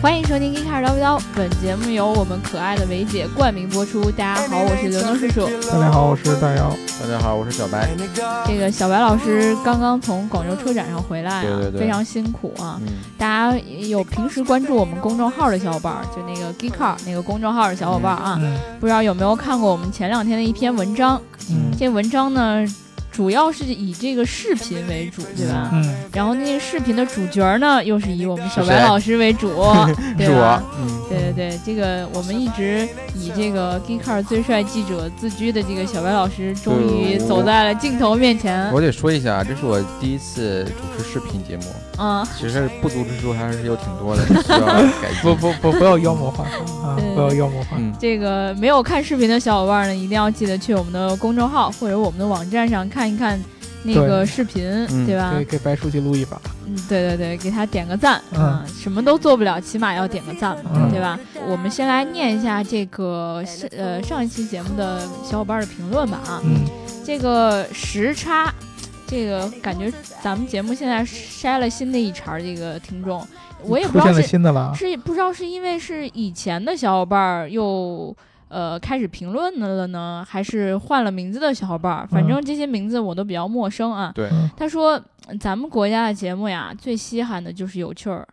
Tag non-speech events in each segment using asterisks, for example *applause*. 欢迎收听《一开始叨不叨》，本节目由我们可爱的维姐冠名播出。大家好，我是刘能叔哎叔。大家好，我是大姚。大家好，我是小白。这个小白老师刚刚从广州车展上回来啊，对对对非常辛苦啊。嗯，大家有平时关注我们公众号的小伙伴儿，就那个 Geekcar 那个公众号的小伙伴儿啊，嗯不知道有没有看过我们前两天的一篇文章？嗯这文章呢，主要是以这个视频为主，对吧？嗯，然后那个视频的主角儿呢，又是以我们小是白谁老师 *laughs* 为主，对是我啊吧？。嗯，对对对，这个我们一直以这个 Geekcar 最帅记者自居的这个小白老师，终于对我走在了镜头面前。我得说一下，这是我第一次主持视频节目，嗯，其实不足之处还是有挺多的，需要改 *laughs* 进。不不不，不要妖魔化 *laughs* 啊！不要妖魔化。嗯，这个没有看视频的小伙伴呢，一定要记得去我们的公众号或者我们的网站上看一看那个对视频，嗯对吧给？给白书记撸一把。嗯，对对对，给他点个赞，嗯嗯，什么都做不了，起码要点个赞嘛，嗯对吧？我们先来念一下这个呃上一期节目的小伙伴的评论吧啊，嗯，这个时差，这个感觉咱们节目现在筛了新的一茬儿这个听众，我也不知出道现了是新的啊了。是不知道是因为是以前的小伙伴儿又呃开始评论了呢，还是换了名字的小伙伴儿，反正这些名字我都比较陌生啊。对嗯他说咱们国家的节目呀，最稀罕的就是有趣儿。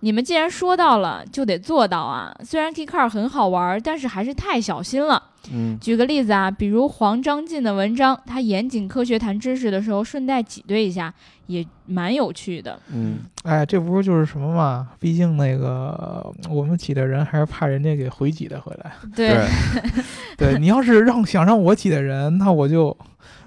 你们既然说到了，就得做到啊！虽然 Kickcar 很好玩儿，但是还是太小心了。嗯，举个例子啊，比如黄章进的文章，他严谨科学谈知识的时候，顺带挤兑一下，也蛮有趣的。嗯，哎，这不是就是什么嘛？毕竟那个我们挤的人还是怕人家给回挤的回 *laughs* 来。对， *laughs* 对，对你要是让想让我挤的人，那我就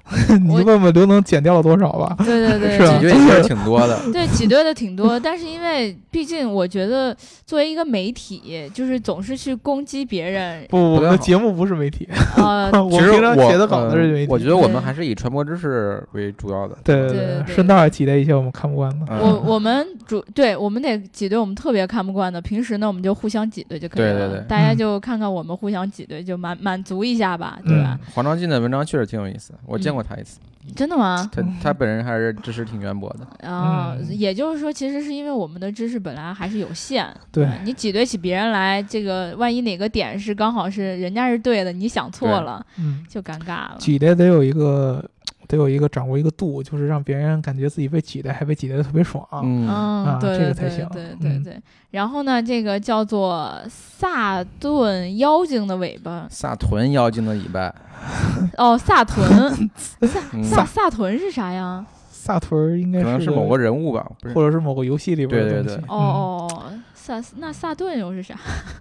*laughs* 你我问问刘能减掉了多少 *laughs* 吧。对对对是啊，挤兑其实挺多的。对，挤兑的挺多，但是因为毕竟我觉得作为一个媒体，就是总是去攻击别人不，我不太们好的节目不是媒体， *laughs* 呃， *laughs* 我其实平常我写的稿子是媒呃体。我觉得我们对还是以传播知识为主要的。对对对对顺道也挤了一些我们看不惯的。嗯我我们主对我们得挤兑我们特别看不惯的，平时呢我们就互相挤兑就可以对了，对对大家嗯就看看我们互相挤兑，就满满足一下吧，对吧 *laughs* 嗯？，黄章进的文章确实挺有意思，我见过他一次，真的吗？他他本人还是知识挺渊博的。啊、嗯也就是说，其实是因为我们的知识本来还是有限，对呃你挤兑起别人来，这个万一哪个点是刚好是人家是对的，你想错对了嗯，就尴尬啊了。挤的得有一个，得有一个掌握一个度，就是让别人感觉自己被挤的，还被挤得特别爽。嗯，嗯，啊对这对个才对行对对嗯对。然后呢，这个叫做萨顿妖精的尾巴萨屯妖精的尾巴，哦， *laughs* 萨屯嗯，萨萨屯是啥呀？萨屯儿应该可能是是某个，人物吧，不是或者是某个游戏里边的对对东西嗯对哦，哦哦，萨那萨顿又是啥？ *laughs*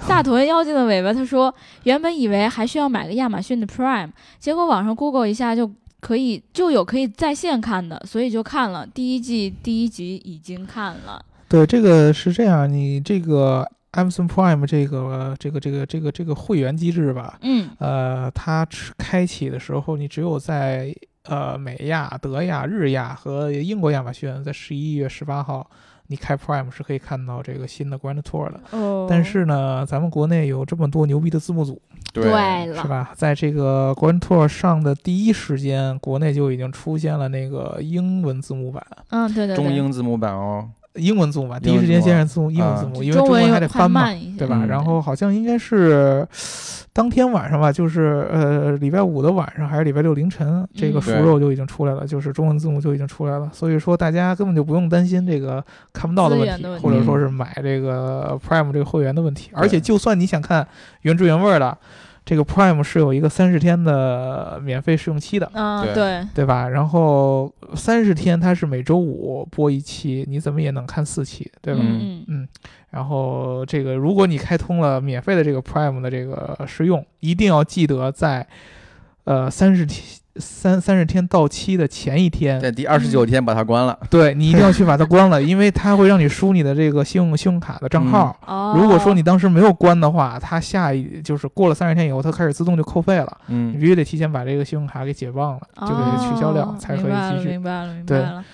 萨屯妖精的尾巴，他说原本以为还需要买个亚马逊的 Prime，结果网上 Google 一下就。可以就有可以在线看的，所以就看了第一季第一集已经看了，对，这个是这样，你这个 Amazon Prime 这个这个这个这个这个会员机制吧，嗯，呃，它只开启的时候，你只有在呃美亚、德亚、日亚和英国亚马逊在十一月十八号，你开 Prime 是可以看到这个新的 Grand Tour 的。哦，但是呢，咱们国内有这么多牛逼的字幕组，对是了，吧？在这个 Grand Tour 上的第一时间，国内就已经出现了那个英文字幕版、嗯，对对对，中英字幕版哦，英文字幕版，第英一文时间字幕先是字幕英文字幕，因为中文文又还得快翻嘛，慢一些，对吧？嗯然后好像应该是当天晚上吧，就是呃礼拜五的晚上还是礼拜六凌晨，这个嗯熟对肉就已经出来了，就是中文字幕就已经出来了。所以说大家根本就不用担心这个看不到的资问源题的，问或者题嗯说是买这个 Prime 这个会员的问题。而且就算你想看原汁原味儿的，这个 Prime 是有一个三十天的免费试用期的。嗯，对对，对吧？然后三十天它是每周五播一期，你怎么也能看四期，对吧？嗯嗯然后这个，如果你开通了免费的这个 Prime 的这个试用，一定要记得在呃三十天三三十天到期的前一天，在第二十嗯九天把它关了。对你一定要去把它关了，因为它会让你输你的这个信用信用卡的账号。哦，如果说你当时没有关的话，它下一就是过了三十天以后，它开始自动就扣费了，你嗯，必须得提前把这个信用卡给解绑了，就给它取消掉，哦才可明白以了继续。明白了，明白对了。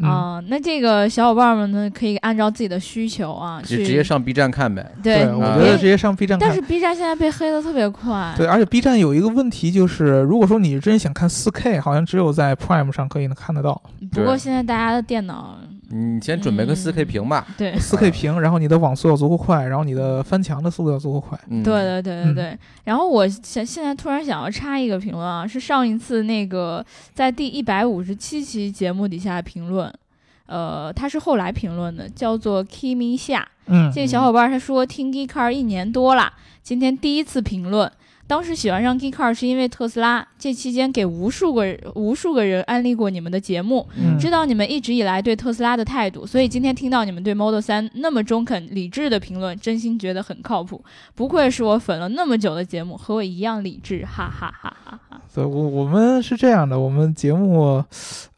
嗯，啊、那这个小伙伴们呢，可以按照自己的需求啊，就去直接上 B 站看呗。对对，我啊觉得直接上 B 站看哎但是 B 站现在被黑的特别快，对，而且 B 站有一个问题就是，如果说你真想看 4K，好像只有在 Prime 上可以能看得到。不过对嗯现在大家的电脑你先准嗯备个四 K 屏吧。对。四 K 屏，然后你的网速要足够快，然后你的翻墙的速度要足够快。嗯，对对对对对，然后我现现在突然想要插一个评论啊，是上一次那个在第一百五十七期节目底下评论，呃，他是后来评论的，叫做 Kimi 夏，嗯这个小伙伴他说听 Geek Car 一年多了，今天第一次评论。当时喜欢上 Geek Car 是因为特斯拉，这期间给无数个人无数个人安利过你们的节目，嗯知道你们一直以来对特斯拉的态度，所以今天听到你们对 Model 3那么中肯、理智的评论，真心觉得很靠谱。不愧是我粉了那么久的节目，和我一样理智，哈哈哈哈哈。对，我我们是这样的，我们节目，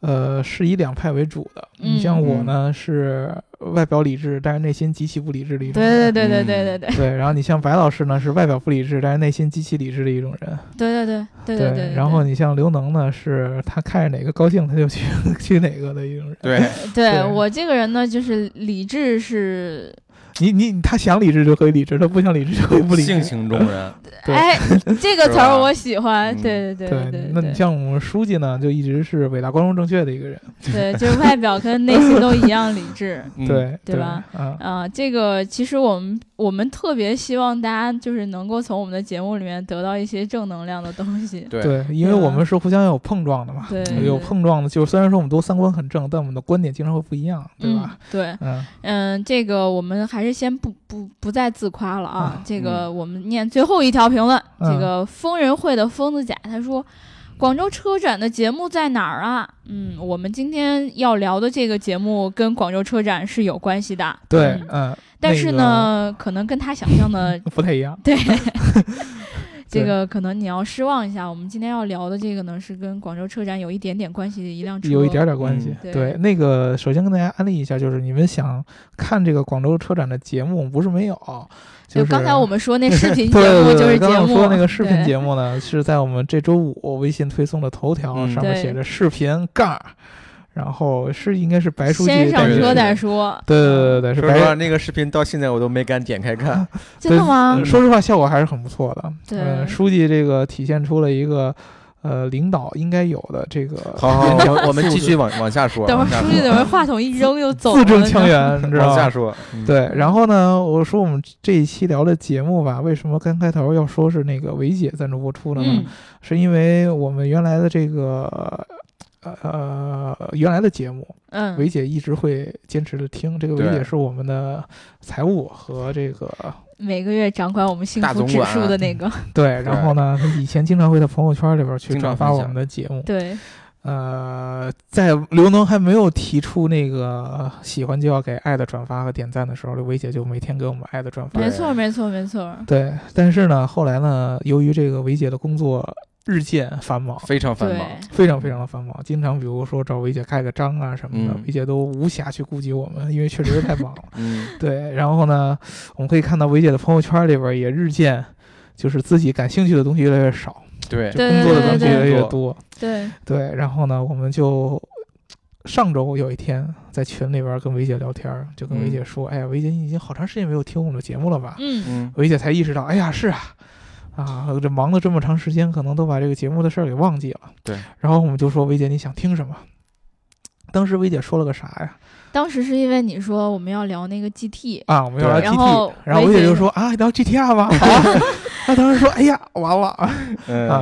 呃，是以两派为主的。嗯你像我呢，是外表理智，但是内心极其不理智的一种对对人。对对对对对对然后你像白老师呢，是外表不理智，但是内心极其理智的一种人。对对对对对对。然后你像刘能呢，是他看着哪个高兴他就去 *laughs* 去哪个的一种人。 *laughs* 对，对对我这个人呢，就是理智是你你他想理智就可以理智，他不想理智就可以不理智。性情中人，对 *laughs* 哎，这个词儿是吧我喜欢，嗯对对对对。那你对像我们书记呢，就一直是伟大、光荣、正确的一个人，对，就是外表跟内心都一样理智。嗯，对对吧？嗯，啊、这个其实我们我们特别希望大家就是能够从我们的节目里面得到一些正能量的东 *laughs* 西。对对，因对为吧啊我们是互相有碰撞的嘛，对，嗯有哎碰撞的，就是虽然说我们都三观很正，但我们的观点经常会不一样，对嗯吧？？对， *laughs* 嗯，嗯，这个我们还是先不不不再自夸了啊。啊这个我们念最后一条评论，嗯这个疯人会的疯子甲他说。广州车展的节目在哪儿啊？嗯，我们今天要聊的这个节目跟广州车展是有关系的，对嗯，嗯，但是呢，可能跟他想象的那个不太一样， *laughs* *laughs* 对，这个可能你要失望一下。我们今天要聊的这个呢，是跟广州车展有一点点关系的一辆车，有一点点关系。嗯对对，那个首先跟大家安利一下，就是你们想看这个广州车展的节目，不是没有，就是刚才我。们说那对视 *laughs* 频节对目对就是对，刚节才我目，说那个视频目，节目呢，是在我们这周五微信推送的头条嗯上面对写着“视频杠儿”，然后是应该是白书记先上带着车的再说。对对对对，是说实话，白。那个视频到现在我都没敢点 *laughs* 开看。 *laughs* 真的吗 *laughs* 呃？说实话，效果还是很不错的。嗯对嗯，书记这个体现出了一个呃领导应该有的这个好好，好 *laughs* 我 *laughs* 我们继续往往下说，等会往儿下书记说等会儿话筒一扔就 *laughs* 走了，字正腔 *laughs* 圆，你知道往下吗？说，嗯，对，然后呢，我说我们这一期聊的节目吧，为什么刚开头要说是那个维姐赞助播出你的知呢？道吗。嗯，是因为我们原来的这个呃原来的节目，嗯，维姐一直会坚持的听。这个维对姐是我们的财务和这 *laughs* 个每个月掌管我们幸大福总指管数的那 *laughs* 个，对，然后呢，她以前经常会在朋友圈里边去经常转发分我享们的节目。对，呃，在刘能还没有提出那个喜欢就要给爱的转发和点赞的时候，维姐就每天给我们爱的转发。没错，没错，没错。对，但是呢，后来呢，由于这个维姐的工作日渐繁忙，非常繁对，忙，非常非常的繁忙，经常比如说找维姐盖个章啊什么的，嗯维姐都无暇去顾及我们，因为确实是太忙了。 *laughs* 嗯，对，然后呢，我们可以看到维姐的朋友圈里边也日渐。就是自己感兴趣的东西越来越少，对就对工作的对东西对越来越对多。对，对，然后呢，我们就上周有一天在群里边儿跟维姐聊天儿，就跟维姐说：“哎呀，维姐，你已经好长时间没有听我们的节目了吧？”嗯，嗯，维姐才意识到，哎呀，是啊，啊，这忙了这么长时间，可能都把这个节目的事儿给忘记了。对，然后我们就说：“维姐，你想听什么？”当时维姐说了个啥呀？当时是因为你说我们要聊那个 GT，啊，我们要聊对然后 GT，然后维维姐姐就说：“啊，聊 GTR *laughs* 吧。”好啊。她当时说：“哎呀，完了啊，啊，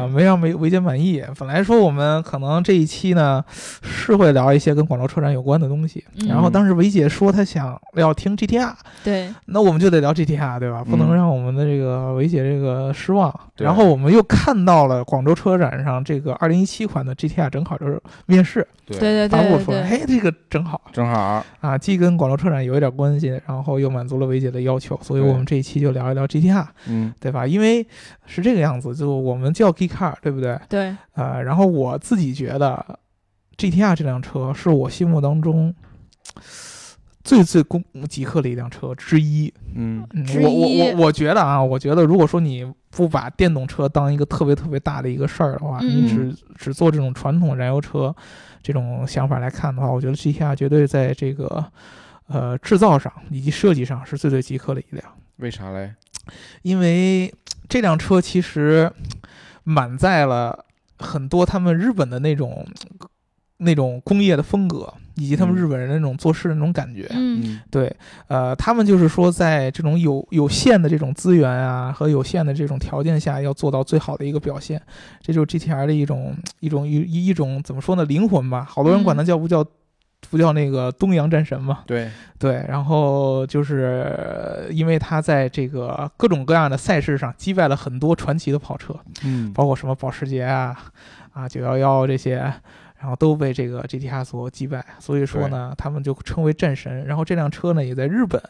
嗯，没让维维姐满意。本来说我们可能这一期呢是会聊一些跟广州车展有关的东西，嗯然后当时维姐说她想要听 GTR，对，那我们就得聊 GTR 对吧？不能嗯让我们的这个维姐这个失望。对然后我们又看到了广州车展上这个2017款的 GTR 正好就是面试对对对发布对出来，对对，嘿，这个正好正好，啊，既跟广州车展有一点关系，然后又满足了维姐的要求，所以对我们这一期就聊一聊 GTR，嗯，对吧？因为是这个样子，就我们叫 Geek Car，对不对？对，呃，然后我自己觉得 GTR 这辆车是我心目当中最最功极客的一辆车之一。嗯，嗯之我我一我我觉得啊，我觉得如果说你不把电动车当一个特别特别大的一个事儿的话，嗯你只只做这种传统燃油车这种想法来看的话，我觉得 GTR 绝对在这个呃制造上以及设计上是最最极客的一辆，为啥嘞？因为这辆车其实满载了很多他们日本的那种。那种工业的风格，以及他们嗯日本人的那种做事的那种感觉。嗯嗯对，呃，他们就是说，在这种有有限的这种资源啊和有限的这种条件下，要做到最好的一个表现，这就是 GTR 的一种一种一一一种怎么说呢灵魂吧。好多人管它叫不叫、不叫那个东洋战神嘛？对，对，然后就是呃因为他在这个各种各样的赛事上击败了很多传奇的跑车，嗯包括什么保时捷啊、啊九幺幺这些，然后都被这个 GTR 所击败。所以说呢，他们就称为战神。然后这辆车呢，也在日本，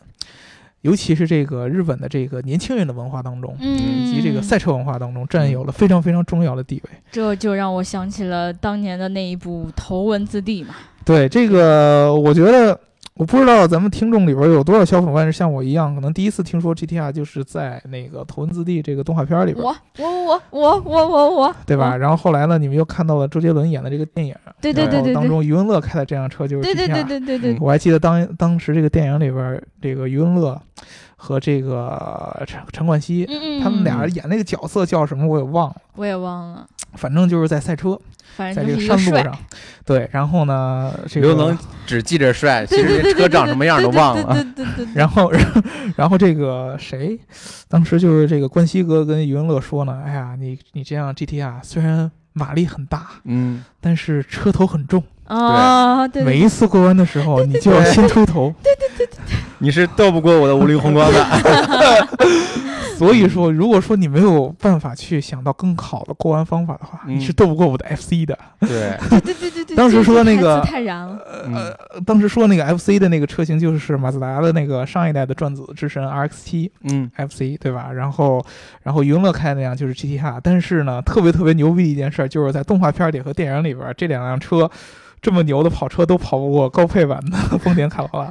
尤其是这个日本的这个年轻人的文化当中。嗯，以及这个赛车文化当中占有了非常非常重要的地位。这就让我想起了当年的那一部《头文字 D》嘛，对这个，我觉得我不知道咱们听众里边有多少小伙伴是像我一样，可能第一次听说 GTR 就是在那个《头文字 D》这个动画片里边，我我我我我我我，嗯对吧？？然后后来呢，你们又看到了周杰伦演的这个电影，对对对然后对当对。中余文乐开的这辆车就是 GTR。对对对对对对我还记得当当时这个电影里边儿，这个余文乐和这个陈陈冠希，嗯嗯，嗯他们俩演那个角色叫什么我也忘了，我也忘了，反正就是在赛车，反在正就这个是一山个路帅，上，对，然后呢，这刘能个，只记着帅，其对对实对对连对车长什么样都忘对了。对 *laughs* 对对对对然后然后这个谁，当时就是这个冠希哥跟余文乐说呢，哎呀，你你这辆 GT 啊，虽然马力很大，嗯，但是车头很重，啊，对，每一次过弯的时候，你就要对先出头。你是斗不过我的五菱宏光的。 *laughs* 所以说，如果说你没有办法去想到更好的过弯方法的话，嗯你是斗不过我的 FC 的。 *laughs* 对，对对对对对，当时这说那台个词太燃 *laughs* 了，嗯呃，当时说那个 FC 的那个车型就是马自达的那个上一代的转子之神 RX7 嗯 FC，对吧？然后，然后余文乐开的那辆就是 GTR，但是呢，特别特别牛逼的一件事儿，就是在动画片里和电影里边，这两辆车。这么牛的跑车都跑不过高配版的丰田卡 *laughs* 罗拉，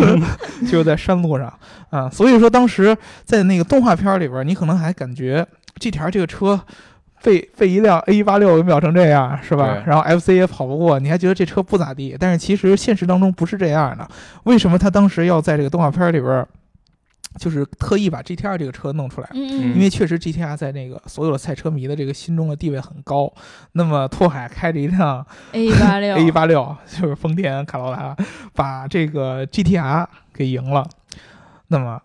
*laughs* 就是在山路上啊、所以说当时在那个动画片里边，你可能还感觉 GTR 这个车被被一辆 A 八六给秒成这样，是吧对？然后 FC 也跑不过，你还觉得这车不咋地，但是其实现实当中不是这样的。为什么他当时要在这个动画片里边儿，就是特意把 GTR 这个车弄出来？嗯嗯因为确实 GTR 在那个所有的赛车迷的这个心中的地位很高。那么拓海开着一辆，A 八六 A 八六，就是丰田卡罗拉，把这个 GTR 给赢了，那么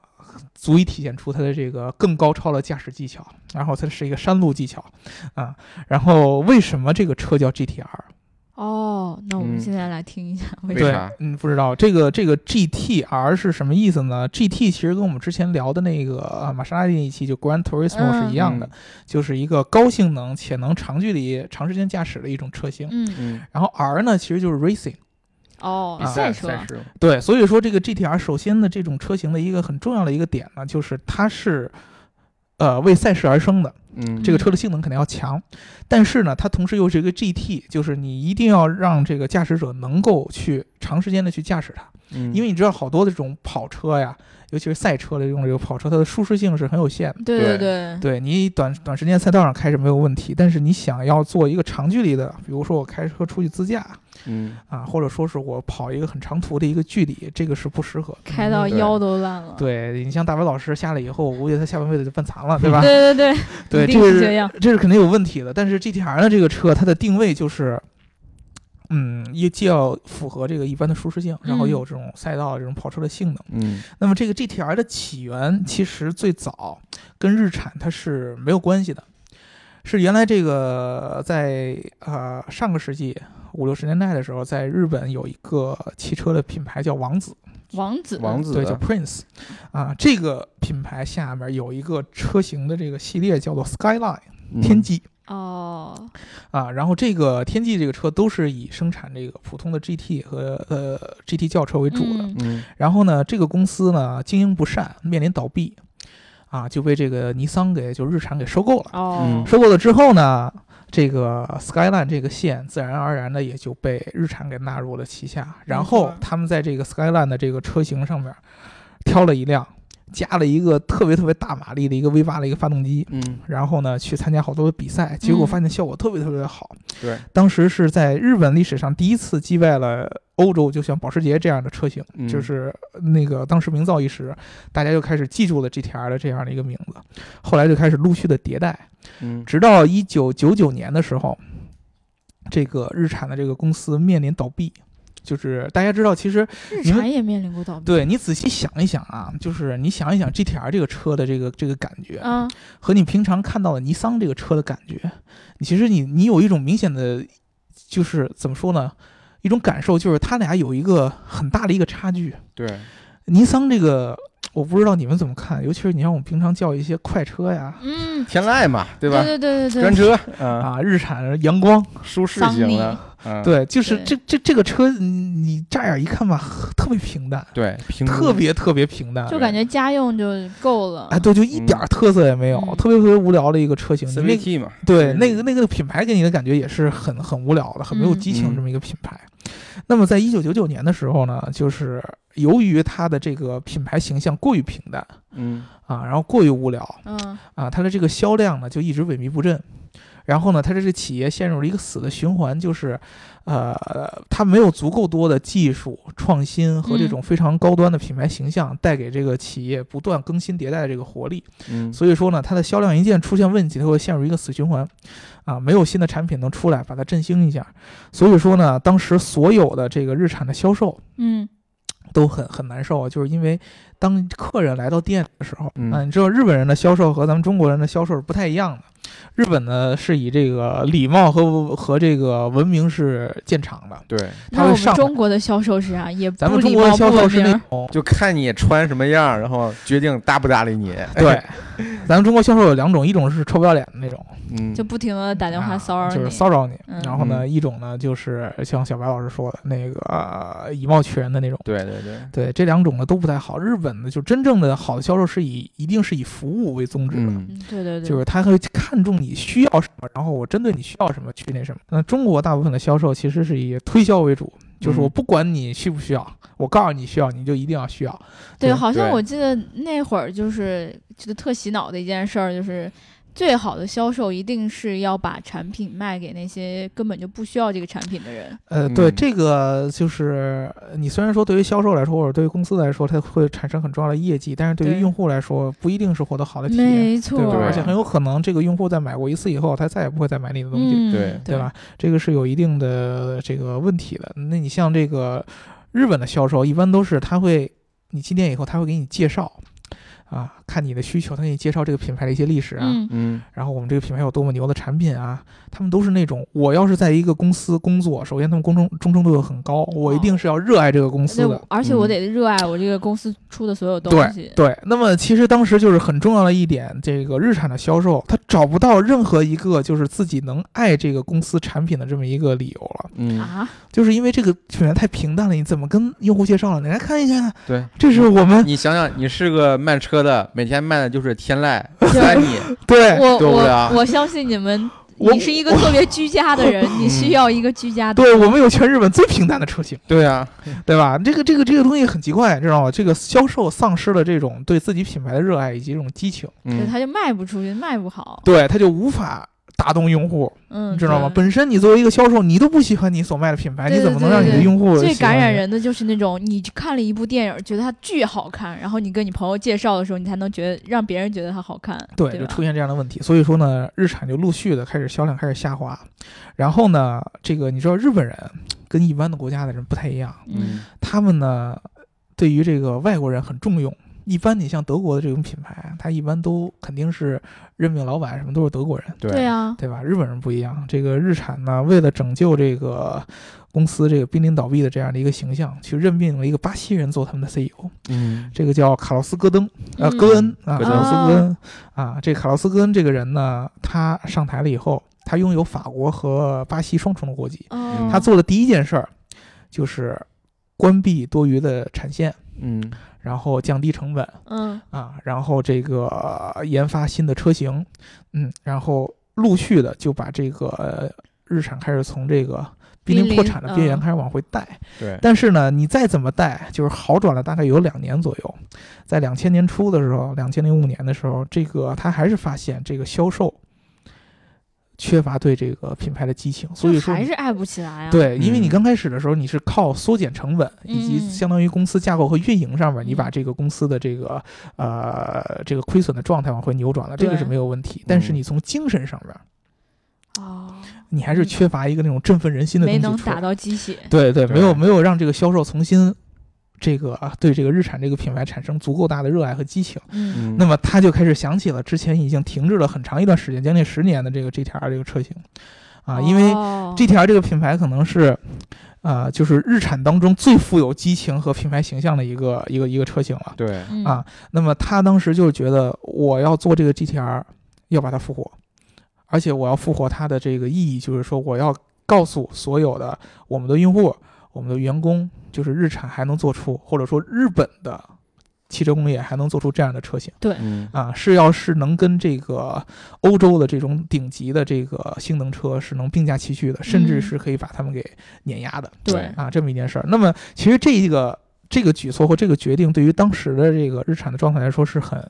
足以体现出它的这个更高超的驾驶技巧，然后它是一个山路技巧啊。然后为什么这个车叫 GTR？哦，那我们嗯现在来听一下，为为什对啥，嗯，不知道这个这个 GTR 是什么意思呢？GT 其实跟我们之前聊的那个呃玛莎拉蒂那一期就 Gran Turismo 嗯是一样的，嗯就是一个高性能且能长距离、长时间驾驶的一种车型。嗯，嗯，然后 R 呢，其实就是 Racing。哦比，啊赛车，车，对，所嗯以说这个 GTR 首先的这种车型的一个很重要的一个点呢，就是它是，呃，为赛事而生的。嗯，这个车的性能肯定要强，但是呢，它同时又是一个 GT，就是你一定要让这个驾驶者能够去长时间的去驾驶它，嗯因为你知道好多的这种跑车呀，尤其是赛车的用这个跑车，它的舒适性是很有限的。对对对，对你短短时间赛道上开是没有问题，但是你想要做一个长距离的，比如说我开车出去自驾，嗯，啊，或者说是我跑一个很长途的一个距离，这个是不适合的开到嗯对腰都烂了，对你像大白老师下来以后，我估计他下半辈子就半残了，对吧？对对对，对，一这定个是这样是，这是肯定有问题的。但是 GTR 的这个车，它的定位就是，嗯，也既要符合这个一般的舒适性，然后又有这种赛道这种跑车的性能。嗯那么这个 GTR 的起源其实最早跟日产它是没有关系的，是原来这个在呃上个世纪五六十年代的时候，在日本有一个汽车的品牌叫王子，王子，王子对，叫的 Prince，啊，这个品牌下面有一个车型的这个系列叫做 Skyline 嗯天，际。哦，啊，然后这个天际这个车都是以生产这个普通的 GT 和呃 GT 轿车为主的，嗯嗯然后呢，这个公司呢经营不善，面临倒闭，啊，就被这个尼桑给就日产给收购了。哦嗯，收购了之后呢，这个 Skyline 这个线自然而然的也就被日产给纳入了旗下。然后他们在这个 Skyline 的这个车型上面挑了一辆，加了一个特别特别大马力的一个 V 8的一个发动机。嗯，然后呢，去参加好多的比赛，结果嗯发现效果特别特别的好。对，当时是在日本历史上第一次击败了欧洲，就像保时捷这样的车型，嗯就是那个当时名噪一时，大家就开始记住了 GTR 的这样的一个名字，后来就开始陆续的迭代，嗯直到一九九九年的时候。这个日产的这个公司面临倒闭。就是大家知道，其实日你们产也面临过倒闭。对你仔细想一想啊，就是你想一想 GTR 这个车的这个这个感觉，啊，和你平常看到的尼桑这个车的感觉，你其实你你有一种明显的，就是怎么说呢，一种感受，就是它俩有一个很大的一个差距。对，尼桑这个，我不知道你们怎么看，尤其是你像我们平常叫一些快车呀，嗯，天籁嘛，对对吧？对对对专对，车，嗯，啊，日产阳光，舒适桑型尼的，嗯，对，就是对这这这个车，你你乍眼一看吧，呵特别平淡，对，平庸特别特别平淡。就感觉家用就够了。哎，对，就一点儿特色也没有，嗯特别特别无聊的一个车型。你那个 CVT 嘛，对嗯那个那个品牌给你的感觉也是很很无聊的，很没有嗯激情嗯这么一个品牌。那么在一九九九年的时候呢，就是由于它的这个品牌形象过于平淡嗯，啊，然后过于无聊嗯啊，它的这个销量呢就一直萎靡不振。然后呢，它这个企业陷入了一个死的循环，就是，呃，它没有足够多的技术创新和这嗯种非常高端的品牌形象带给这个企业不断更新迭代的这个活力。嗯，所以说呢，它的销量一旦出现问题，它会陷入一个死循环，啊，没有新的产品能出来把它振兴一下。所以说呢，当时所有的这个日产的销售嗯都很很难受啊，就是因为当客人来到店的时候，嗯啊，你知道日本人的销售和咱们中国人的销售是不太一样的。日本呢是以这个礼貌和和这个文明是见长的，对，他那我会们上中国的销售是啥？也不咱们中礼国的貌销不售文是明那儿 *laughs* 种就看你穿什么样儿，然后决定搭不搭理你，对，哎咱们中国销售有两种，一种是臭不要脸的那种。嗯， *laughs* 就不停的打电话啊骚扰你，就是骚扰你。嗯然后呢，一种呢就是像小白老师说的那个、呃以貌取人的那种。对对对，对，这两种呢都不太好。日本呢，就真正的好的销售是以一定是以服务为宗旨的。嗯，嗯对对对，就是他会看重你需要什么，然后我针对你需要什么去那什么。那中国大部分的销售其实是以推销为主，就是我嗯不管你需不需要，我告诉你需要，你就一定要需要。对，对好像对我记得那会儿就是觉得特洗脑的一件事儿，就是最好的销售一定是要把产品卖给那些根本就不需要这个产品的人。呃，对，嗯这个就是呃你虽然说对于销售来说，或者对于公司来说，它会产生很重要的业绩，但是对于对用户来说，不一定是获得好的体验，没对错，吧？对而且很有可能这个用户在买过一次以后，他再也不会再买你的东西，嗯，对对吧？？这个是有一定的这个问题的。那你像这个日本的销售，一般都是他会，你进店以后，他会给你介绍。啊，看你的需求，他给你介绍这个品牌的一些历史啊，嗯，嗯然后我们这个品牌有多么牛的产品啊，他们都是那种我要是在一个公司工作，首先他们工忠忠诚度又很高，我一定是要热爱这个公司对的。，而哦且我嗯得热爱我这个公司出的所有东西。对，那么其实当时就是很重要的一点，这个日产的销售他找不到任何一个就是自己能爱这个公司产品的这么一个理由了，嗯，啊，就是因为这个品牌太平淡了，你怎么跟用户介绍了？你来看一下，对，这是我嗯们你想想，你是个卖车的，每天卖的就是天籁、三啊你，哎对我对不对啊我我相信你们， *laughs* 我嗯你是一个特别居家的人，你需要一个居家的。对我们有全日本最平淡的车型。对啊，对吧？这个这个这个东西很奇怪，知道吗？这个销售丧失了这种对自己品牌的热爱以及这种激情，对，嗯，他就卖不出去，卖不好，对他就无法打动用户，嗯，你知道吗？对本身你作为一个销售，你都不喜欢你所卖的品牌，对你怎么能让你的用户最喜欢感你染？人的就是那种你看了一部电影，觉得它巨好看，然后你跟你朋友介绍的时候，你才能觉得让别人觉得它好看，对对，吧，就出现这样的问题。所以说呢，日产就陆续的开始销量开始下滑，然后呢，这个你知道日本人跟一般的国家的人不太一样，嗯，他们呢对于这个外国人很重用。一般你像德国的这种品牌，它一般都肯定是任命老板什么都是德国人。对对，啊，对吧？日本人不一样，这个日产呢，为了拯救这个公司这个濒临倒闭的这样的一个形象，去任命了一个巴西人做他们的 CEO，嗯，这个叫卡洛斯·戈登，呃，嗯戈恩啊，戈卡登洛斯·戈恩啊，这卡洛斯·戈恩这个人呢，他上台了以后，他拥有法国和巴西双重的国籍，哦他做的第一件事儿就是关闭多余的产线，嗯，然后降低成本，嗯啊，然后这个、呃研发新的车型，嗯，然后陆续的就把这个、呃日产开始从这个濒濒临破临产的边缘嗯开始往回带。对，但是呢，你再怎么带，就是好转了大概有两年左右，在两千年初的时候，两千零五年的时候，这个他还是发现这个销售缺乏对这个品牌的激情，所以就说还你是爱不起来啊，，对，因为你嗯刚开始的时候，你是靠缩减成本以及嗯相当于公司架构和运营上面，你把嗯这个公司的这个呃这个亏损的状态往回扭转了，这个对是没有问题。但是嗯你从精神上面，哦，你还是缺乏一个那种振奋人心的东没西能出来打到鸡血。对对，对没有没有让这个销售重新这个啊对这个日产这个品牌产生足够大的热爱和激情，嗯嗯那么他就开始想起了之前已经停滞了很长一段时间，将近十年的这个 GTR 这个车型，啊，因为哦 GTR 这个品牌可能是。啊、就是日产当中最富有激情和品牌形象的一个一个一个车型了。对，嗯啊那么他当时就觉得，我要做这个 GTR，要把它复活，而且我要复活它的这个意义，就是说我要告诉所有的我们的用户、我们的员工，就是日产还能做出，或者说日本的汽车工业还能做出这样的车型嗯啊，是要是能跟这个欧洲的这种顶级的这个性能车是能并驾齐驱的，甚至嗯是可以把他们给碾压的。对，啊，这么一件事儿。那么其实这一个这个举措或这个决定，对于当时的这个日产的状态来说是很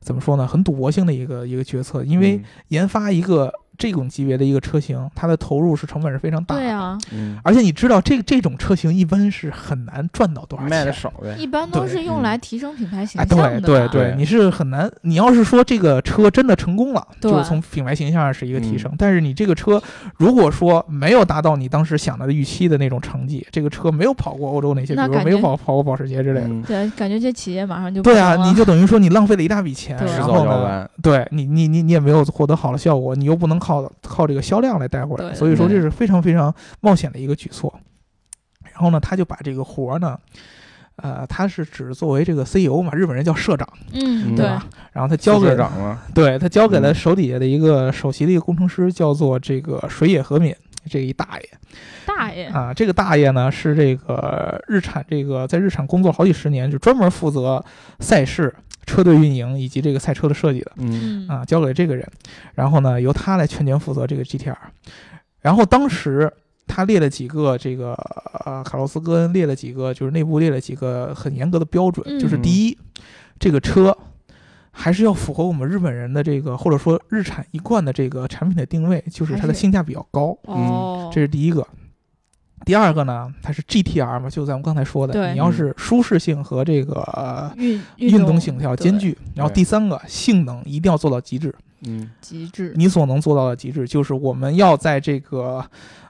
怎么说呢？很赌博性的一个一个决策，因为嗯研发一个这种级别的一个车型，它的投入是成本是非常大的。对啊，嗯而且你知道这这种车型一般是很难赚到多少嗯钱，卖的少呗，一般都对是用嗯来提升品牌形哎，象的对嘛。对对你是很难。你要是说这个车真的成功了，对就是从品牌形象上是一个提升，嗯但是你这个车如果说没有达到你当时想的预期的那种成绩，这个车没有跑过欧洲那些，比那如说感没有觉跑跑过保时捷之类的。嗯对，感觉这企业马上就对不啊，行了你就等于说你浪费了一大笔钱，对啊迟然早后要呢，完，对你你你你也没有获得好的效果，你又不能靠靠这个销量来带回来，对所以说对这是非常非常冒险的一个举措。然后呢，他就把这个活儿呢，呃，他是只作为这个 CEO 嘛，日本人叫社长，嗯，嗯对吧，？然后他交副给社长嘛，对他交给了嗯手底下的一个首席的一个工程师，叫做这个水野和敏。这一大爷大爷，啊，这个大爷呢是这个日产这个在日产工作好几十年，就专门负责赛事、车队运营以及这个赛车的设计的嗯嗯，啊，交给这个人，然后呢由他来全权负责这个 GTR。然后当时他列了几个这个呃卡洛斯戈恩列了几个就是内部列了几个很严格的标准，嗯就是第一，这个车还是要符合我们日本人的这个或者说日产一贯的这个产品的定位，就是它还的是性价比较高，哦，嗯这是第一个。第二个呢，它是 GTR 嘛，就咱们刚才说对的，你要是舒适性和这个、呃运运动动性要对兼具，然后对第三个性能一定要做到极致，嗯极致，你所能做到的极致，就是我们要在这个，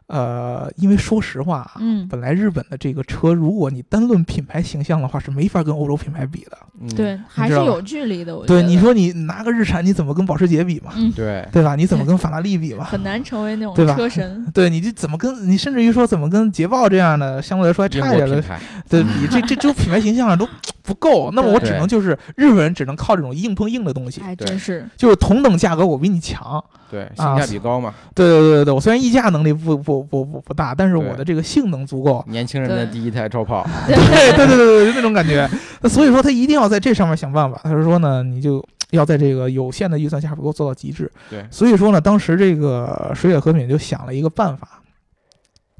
呃，因为说实话啊，嗯，本来日本的这个车，如果你单论品牌形象的话，是没法跟欧洲品牌比的。嗯对，还是知道吧有距离的。我对，觉你得说你拿个日产，你怎么跟保时捷比嘛？嗯对，对吧？你怎么跟法拉利比嘛？很难成为那种对吧车神，对，你这怎么跟你甚至于说怎么跟捷豹这样的相对来说还英差一点国品的，牌，对比这这这种品牌形象啊上都不够。那么我只能就是日本人只能靠这种硬碰硬的东西，哎，对真是就是同等价格我比你强，对，性啊价比高嘛，对对对对对，我虽然溢价能力不不不不不大，但是对。我的这个性能足够 *laughs* 年轻人的对第一台超跑，对对对对对，那种感觉。那所以说他一定要在这上面想办法。他是说呢，你就要在这个有限的预算下给我做到极致。对，所以说呢，当时这个水野和敏就想了一个办法，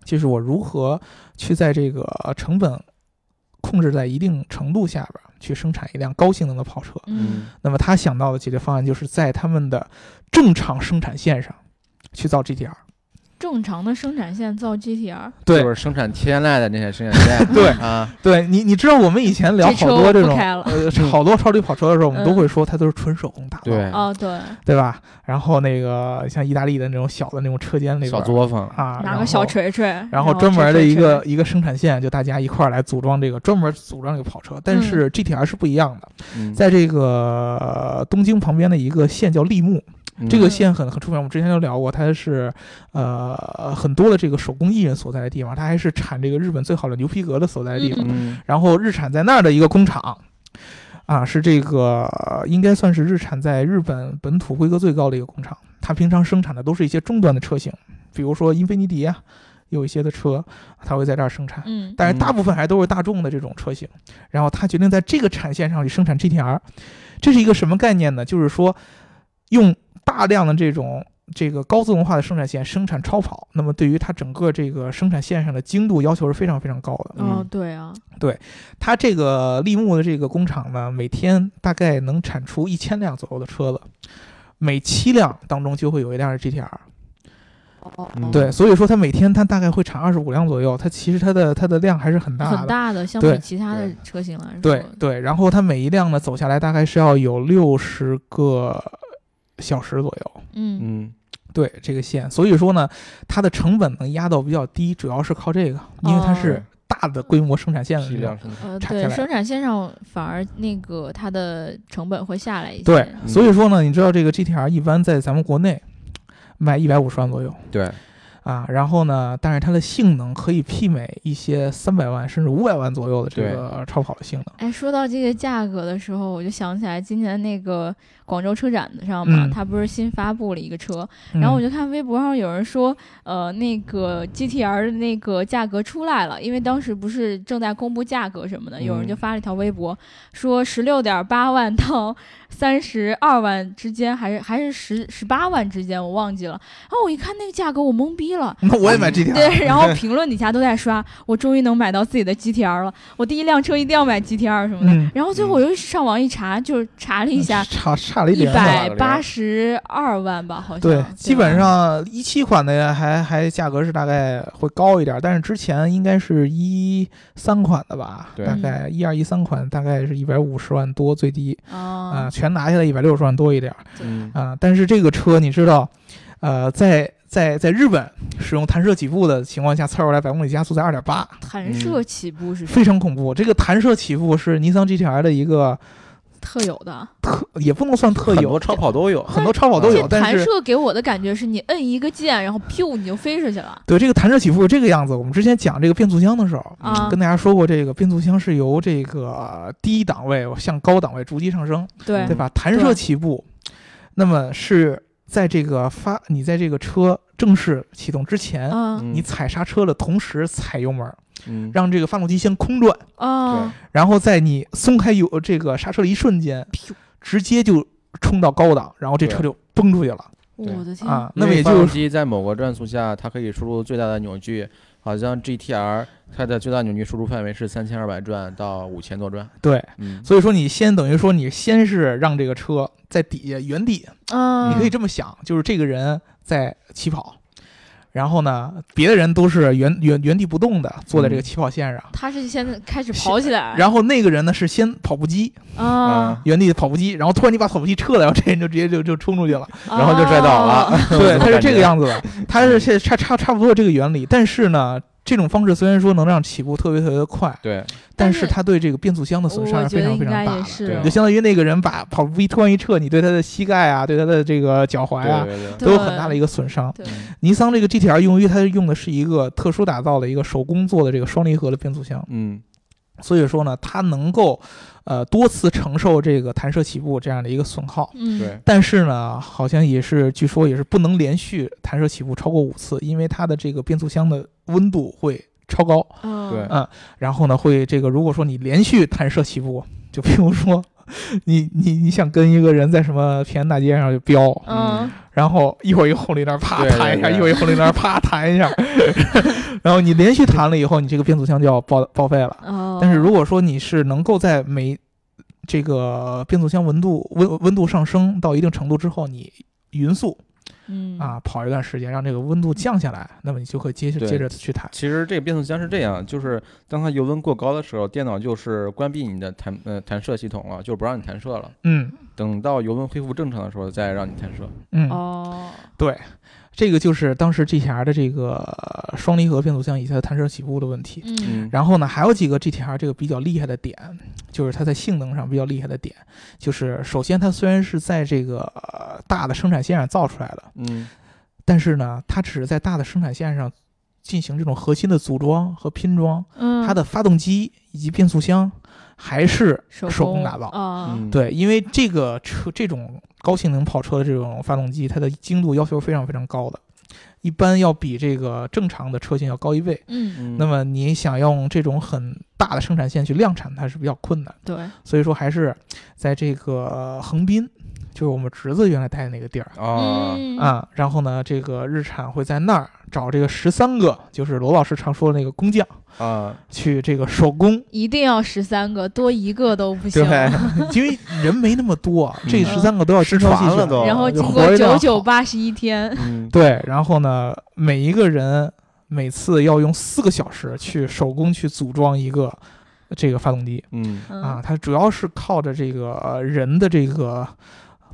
就是我如何去在这个成本控制在一定程度下边儿去生产一辆高性能的跑车。嗯，那么他想到的解决方案就是在他们的正常生产线上去造 GTR。正常的生产线造 GTR，对就是生产天籁的那些生产线，对啊，对你，你知道我们以前聊这好车多我这不种开了。呃好多超级跑车的时候，我们都嗯会说它都是纯手工打造，对，哦，对，对啊吧？然后那个像意大利的那种小的那种车间里边小作坊，啊，拿然个小后。锤锤，然后专门的锤一锤个一个生产线，就大家一块儿来组装这个，专门组装这个跑车。嗯但是 GTR 是不一样的，嗯在这个呃东京旁边的一个县叫立木，嗯这个嗯县很很出名，我们之前就聊过，它是呃很多的这个手工艺人所在的地方，它还是产这个日本最好的牛皮革的所在的地方。嗯然后日产在那儿的一个工厂，啊，是这个呃应该算是日产在日本本土规格最高的一个工厂。它平常生产的都是一些终端的车型，比如说英菲尼迪啊，有一些的车，它会在这儿生产。嗯，但是大部分还都是大众的这种车型，然后它决定在这个产线上去生产 GTR，这是一个什么概念呢？就是说，用大量的这种这个高自动化的生产线生产超跑，那么对于它整个这个生产线上的精度要求是非常非常高的。哦嗯，对啊，它这个立木的这个工厂呢，每天大概能产出一千辆左右的车子，每七辆当中就会有一辆是 GTR。哦，嗯对，所以说它每天它大概会产二十五辆左右，它其实它的它的量还是很大的。很大的，相比对其他的车型来说，对对，然后它每一辆呢走下来大概是要有六十个小时左右。嗯，嗯对这个线，所以说呢，它的成本能压到比较低，主要是靠这个，因为它哦是大的规模生产线的批这种量生产。呃，查下对，来生产线上反而那个它的成本会下来一些。对，嗯所以说呢，你知道这个 GTR 一般在咱们国内卖一百五十万左右对，啊，然后呢，但是它的性能可以媲美一些三百万甚至五百万左右的这对个超跑的性能。哎，说到这个价格的时候，我就想起来今年那个广州车展上嘛，嗯它不是新发布了一个车，然后我就就看微博上有人说，呃，那个 GTR 的那个价格出来了，因为当时不是正在公布价格什么的，有人就嗯发了一条微博，说十六点八万到三十二万之间，还是还是十十八万之间，我忘记了。然后我一看那个价格，我懵逼了。 *laughs* 那我也买 GTR，对， *laughs* 然后评论底下都在刷，我终于能买到自己的 GTR 了，我第一辆车一定要买 GTR 什么的。嗯，然后最后我又上网一查，就是查了一下，差差了一一点儿吧。百八十二万吧，好像。对，基本吧上一七款的还还价格是大概会高一点，但是之前应该是一三款的吧，对大嗯概一二一三款大概是一百五十万多最低啊、啊，全拿下来一百六十万多一点儿嗯，啊、但是这个车你知道，呃，在在在日本使用弹射起步的情况下，测出来百公里加速在二点八，弹射起步是嗯非常恐怖。这个弹射起步是尼桑 GTR 的一个特有的。特，也不能算特很有多，超跑都有，很多超跑都有，这但弹是射给我的感觉是你摁一个键，然后咻你就飞出去了对，这个弹射起步这个样子，我们之前讲这个变速箱的时候，啊嗯跟！大家说过，这个变速箱是由这个呃低档位向高档位逐级上升，对对吧？弹射起步，那么是在这个发你在这个车正式启动之前，嗯你踩刹车的同时踩油门，嗯，让这个发动机先空转，啊，然后在你松开油这个刹车的一瞬间噗，直接就冲到高档，然后这车就崩出去了我的天！啊！因那么为也发就动是机在某个转速下，它可以输入最大的扭矩，好像 GTR 它的最大扭矩输入范围是三千二百转到五千多转。对。嗯，所以说，你先等于说，你先是让这个车在底下原地，嗯，你可以这么想，就是这个人在起跑，然后呢，别的人都是原原原地不动的坐在这个嗯起跑线上，他是现在开始跑起来，然后那个人呢是先跑步机，啊，原地跑步机，然后突然你把跑步机撤了，然后这人就直接就嗯就冲出去了，然后就摔倒了 *laughs* *laughs* 啊。对，他是这个子。样子的， *laughs* 他是现差差差不多这个原理，但是呢。这种方式虽然说能让起步特别特别的快，对，但但是是它对这个变速箱的损伤我是觉非得应常非常该大也的。是对啊就相当于那个人把跑步机突然一撤，你对他的膝盖啊，对他的这个脚踝啊，对对对都有很大的一个损伤。对嗯尼桑这个 GTR 用于它用的是一个特殊打造的一个手工做的这个双离合的变速箱，嗯，所以说呢，它能够呃多次承受这个弹射起步这样的一个损耗。嗯，对，但是呢，好像也是据说也是不能连续弹射起步超过五次，因为它的这个变速箱的温度会超高，嗯对然后呢会这个如果说你连续弹射起步，就比如说你你你想跟一个人在什么平安大街上就飙，嗯，然后一会儿一个红绿灯啪对对弹一下，对一会儿一个红绿灯啪弹一下， *laughs* 然后你连续弹了以后，你这个变速箱就要报报废了。哦，但是如果说你是能够在每这个变速箱温度温温度上升到一定程度之后，你匀速嗯啊跑一段时间，让这个温度降下来，那么你就会接对接着去弹。其实这个变速箱是这样，就是当它油温过高的时候，电脑就是关闭你的弹呃弹射系统了，就不让你弹射了。嗯等到油温恢复正常的时候，再让你弹射。嗯，哦，对，这个就是当时 GTR 的这个呃双离合变速箱以及它的弹射起步的问题。嗯，然后呢，还有几个 GTR 这个比较厉害的点，就是它在性能上比较厉害的点，就是首先它虽然是在这个、呃大的生产线上造出来的，嗯，但是呢，它只是在大的生产线上进行这种核心的组装和拼装，嗯，它的发动机以及变速箱还是手手工工打造啊，嗯，对，因为这个车这种高性能跑车的这种发动机，它的精度要求非常非常高的，一般要比这个正常的车型要高一倍。嗯，嗯，那么你想用这种很大的生产线去量产，它是比较困难。对，所以说还是在这个呃横滨，就是我们侄子原来待的那个地儿啊，嗯，啊、然后呢，这个日产会在那儿找这个十三个，就是罗老师常说的那个工匠，啊，去这个手工。一定要十三个，多一个都 *laughs* 不行。对， *laughs* 因为人没那么多，这嗯十三个都要失精挑传细了选都嗯然后就经活过一辆九好九八十一天，嗯，对，然后呢，每一个人每次要用四个小时去手工去组装一个这个发动机啊嗯，嗯啊，它主要是靠着这个呃人的这个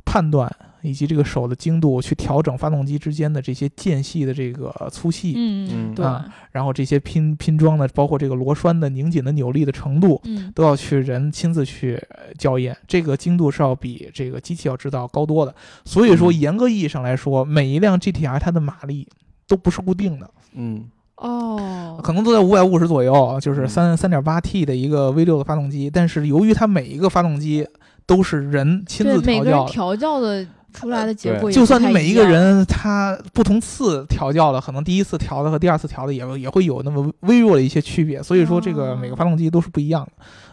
判断以及这个手的精度去调整发动机之间的这些间隙的这个粗细，嗯，嗯对，啊然后这些拼拼装的，包括这个螺栓的拧紧的扭力的程度，嗯都要去人亲自去呃校验，这个精度是要比这个机器要知道高多的。所以说，嗯严格意义上来说，每一辆 GTR 它的马力都不是固定的，嗯哦，可能都在五百五十左右，就是嗯三三点八 T 的一个 V 六的发动机。但是由于它每一个发动机都是人亲对自每调个人教的。调教的出来的结对果也就不算你太每一一个样，人他不同次调教的，可能第一次调的和第二次调的也也会有那么微弱的一些区别，所以说这个哦每个发动机都是不一样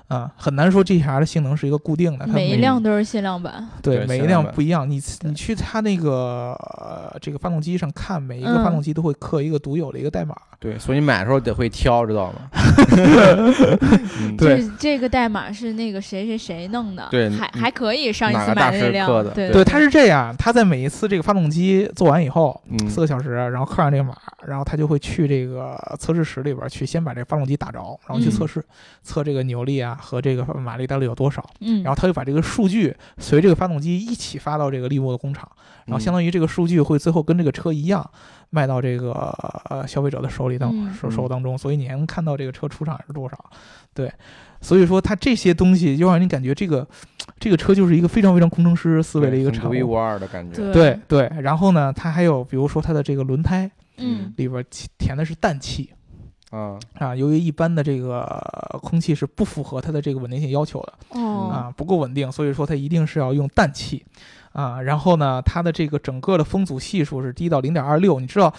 的，啊，很难说 GTR 的性能是一个固定的，它每一每辆都是限量版，对对每一限辆量版不一样，你对你去它那个呃这个发动机上看，每一个嗯发动机都会刻一个独有的一个代码，对，所以买的时候得会挑，知道 *laughs* 吗？嗯对这这个代码是那个谁谁谁弄的，对还嗯还可以，上一哪次个买大的师那辆刻的，对对，它是这样，它在每一次这个发动机做完以后，嗯四个小时，然后刻上这个码，然后他就会去这个测试室里边去，先把这个发动机打着，然后去嗯测试，测这个扭力啊和这个马力到底有多少，嗯，然后他会把这个数据随这个发动机一起发到这个利沃的工厂，然后相当嗯当于这个数据会最后跟这个车一样卖到这个呃消费者的手里当嗯手手当中，所以你还能看到这个车出厂是多少，对，所以说它这些东西就让你感觉这个这个车就是一个非常非常工程师思维的一个产独一物无。二的感觉。对对，然后呢，它还有比如说它的这个轮胎，嗯里边起填的是氮气啊，啊。由于一般的这个呃空气是不符合它的这个稳定性要求的哦啊，不够稳定，所以说它一定是要用氮气啊。然后呢，它的这个整个的风阻系数是低到零点二六，你知道。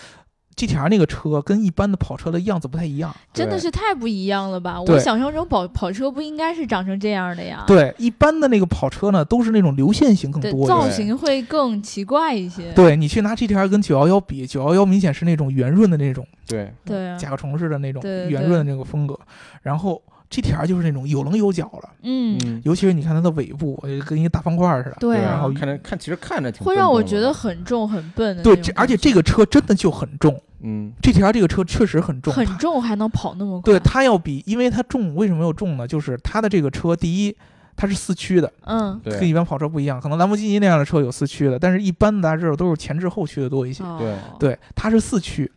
GTR 那个车跟一般的跑车的样子不太一样，真的对是太不一样了吧！我对想象中跑跑车不应该是长成这样的呀，对，一般的那个跑车呢都是那种流线型更对，多一造些。型会更奇怪一些。对你去拿 GTR 跟911比，911明显是那种圆润的那种，对，对啊嗯甲壳虫似的那种对圆对润的那个风格，然后 GTR 就是那种有棱有角了，嗯，嗯，尤其是你看它的尾部，呃跟一个大方块儿似的。对然啊后，看着看，其实看着挺会让我笨重觉的得，很重很笨的那种对，感觉。这而且这个车真的就很重嗯，GTR 这个车确实很重。很它重啊还能跑那么快，对，它要比，因为它重，为什么要重呢？就是它的这个车，第一，它是四驱的，嗯，对跟一般跑车不一样。可能兰博基尼那样的车有四驱的，但是一般大家知道都是前置后驱的多一些。哦，对，它是四驱，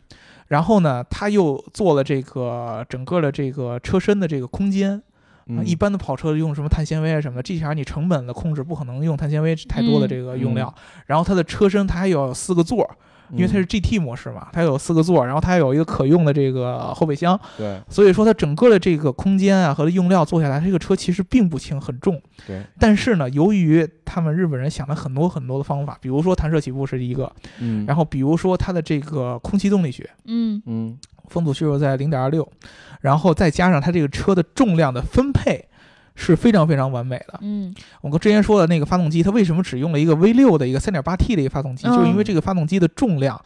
然后呢，它又做了这个整个的这个车身的这个空间，啊嗯一般的跑车用什么碳纤维啊什么的，GTR 你成本的控制不可能用碳纤维太多的嗯这个用料。然后它的车身它还有四个座儿，因为它是嗯 GT 模式嘛，它有四个座儿，然后它还有一个可用的这个后备箱，嗯对所以说它整个的这个空间啊和用料做下来，这个车其实并不轻，很重。对，但是呢，由于他们日本人想了很多很多的方法，比如说弹射起步是一个，嗯，然后后比如说它的这个空气动力学。嗯嗯风阻系数在零点二六，然后再加上它这个车的重量的分配是非常非常完美的。嗯我们之前说的那个发动机，它为什么只用了一个 V 六的一个三点八 T 的一个发动机，嗯就是因为这个发动机的重量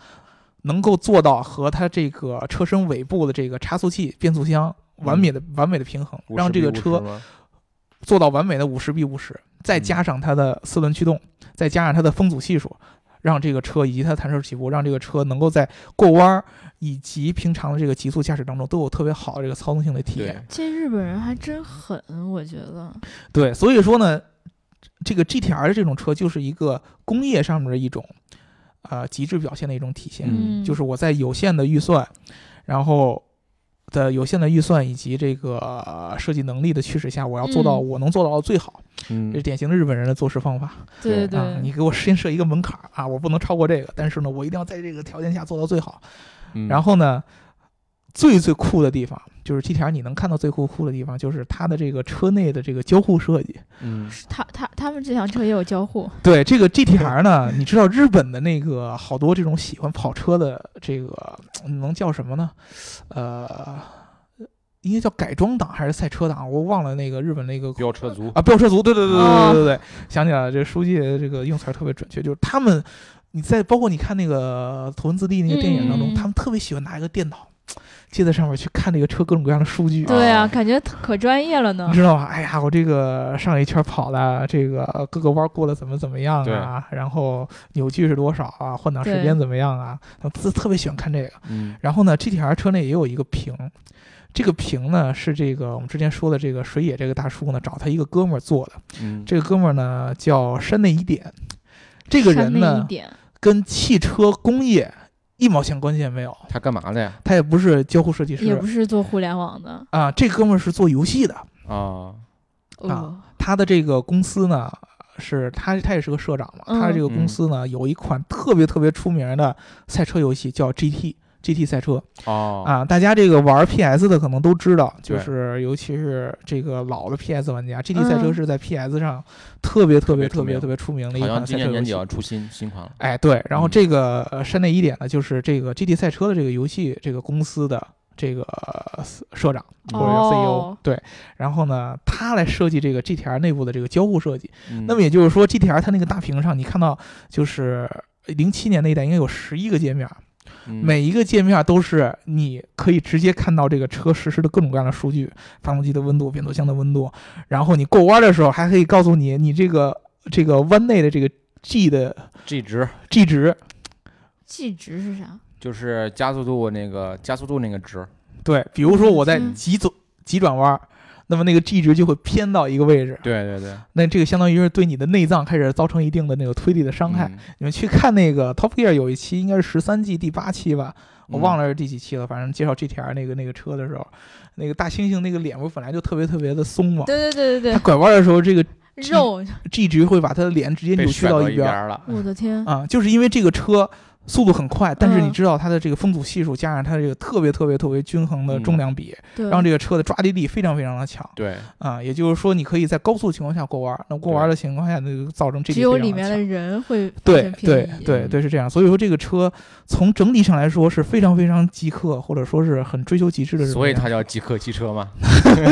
能够做到和它这个车身尾部的这个差速器、变速箱完美的、完美的平衡， 50让这个比50车吗做到完美的五十比五十，再加上它的四轮驱动，再加上它的风阻系数，让这个车以及它的弹射起步，让这个车能够在过弯儿以及平常的这个急速驾驶当中都有特别好的这个操纵性的体验对。这日本人还真狠，我觉得，对，所以说呢，这个 GTR 这种车就是一个工业上面的一种，呃，极致表现的一种体现，嗯，嗯就是我在有限的预算，然后。的有限的预算以及这个、呃设计能力的驱使下，我要做到嗯我能做到的最好，这是嗯典型的日本人的做事方法。对对对啊，你对，给我先设一个门槛儿啊，我不能超过这个，但是呢，我一定要在这个条件下做到最好。嗯然后呢，最最酷的地方就是 GTR，你能看到最酷酷的地方就是它的这个车内的这个交互设计。嗯是他他他们这辆车也有交互，啊对这个 GTR 呢，你知道日本的那个好多这种喜欢跑车的这个能叫什么呢？呃，应该叫改装党还是赛车党？我忘了那个日本那个飙车族 *laughs* 啊，飙车族，对对对对哦对对对，想起来了，这书记这个用词儿特别准确，就是他们，你在包括你看那个《头文字 D》那个电影当中，嗯他们特别喜欢拿一个电脑，接在上面去看这个车各种各样的数据。对啊，啊感觉可专业了呢你，知道吧？哎呀，我这个上一圈跑了，这个各个弯儿过得怎么怎么样啊？然后扭矩是多少啊？换挡时间对怎么样啊？他们特别喜欢看这个。嗯然后呢，GTR 车内也有一个屏，这个屏呢是这个我们之前说的这个水野这个大叔呢找他一个哥们儿做的。嗯这个哥们儿呢叫山内一点，这个人谄媚一呢，点，跟汽车工业一毛钱关系也没有，他干嘛的呀？他也不是交互设计也师不是做互联网的。啊，这哥们儿是做游戏的，啊，哦，他的这个公司呢。是他，他也是个社长嘛。他的这个公嗯司呢，有一款特别特别出名的赛车游戏，叫 GT GT 赛车。哦，啊，大家这个玩 PS 的可能都知道，就对是尤其是这个老的 PS 玩家，GT 赛车嗯是在 PS 上特别特别别特出别名特别出名的一好像款今赛年车游年底戏要。出新新款了。 *laughs* 哎，对，然后嗯这个呃山内一点呢，就是这个 GT 赛车的这个游戏这个公司的这个呃社长或者叫 CEO，、哦对，然后呢，他来设计这个 GTR 内部的这个交互设计。嗯那么也就是说，GTR 它那个大屏上，你看到就是零七年那一代应该有十一个界面儿，嗯每一个界面都是你可以直接看到这个车实时的各种各样的数据，发动机的温度、变速箱的温度，然后你过弯的时候还可以告诉你你这个这个弯内的这个 G 的 G 值 G 值， G 值是啥？就是加速度那个加速度那个值，对，比如说我在嗯急走急转弯，那么那个 G 值就会偏到一个位置，对对对，那这个相当于是对你的内脏开始造成一定的那个推力的伤害。嗯，你们去看那个 Top Gear 有一期应该是十三季第八期吧，我忘了，了是第几期了，反正介绍 GTR 那个那个车的时候，那个大猩猩那个脸不是本来就特别特别的松嘛，对对对他 *laughs* 对拐弯的时候，这个对，肉！ G 值会把他的脸直接被扭曲甩到一边边儿儿了。我的天，啊，就是因为这个车速度很快，但是你嗯知道它的这个风阻系数加上它这个特别特别特别均衡的重量比，对，让这个车的抓地力非常非常的强对，啊，也就是说你可以在高速情况下过弯儿，那过弯儿的情况下那个造成这只有里面的人会发对现对便宜对嗯对是这样，所以说这个车从整体上来说是非常非常极客，或者说是很追求极致的这么一辆车，所以它叫极客汽车嘛。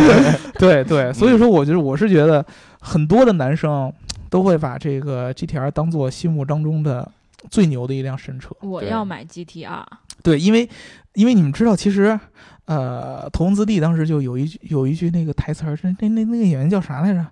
*laughs* 对对，所以嗯说我就是我是觉得很多的男生都会把这个 GTR 当做心目当中的最牛的一辆神车。我对要买 GTR，对，因为因为你们知道，其实呃，头文字 D 当时就有一句有一句那个台词儿，那那那那个演员叫啥来着？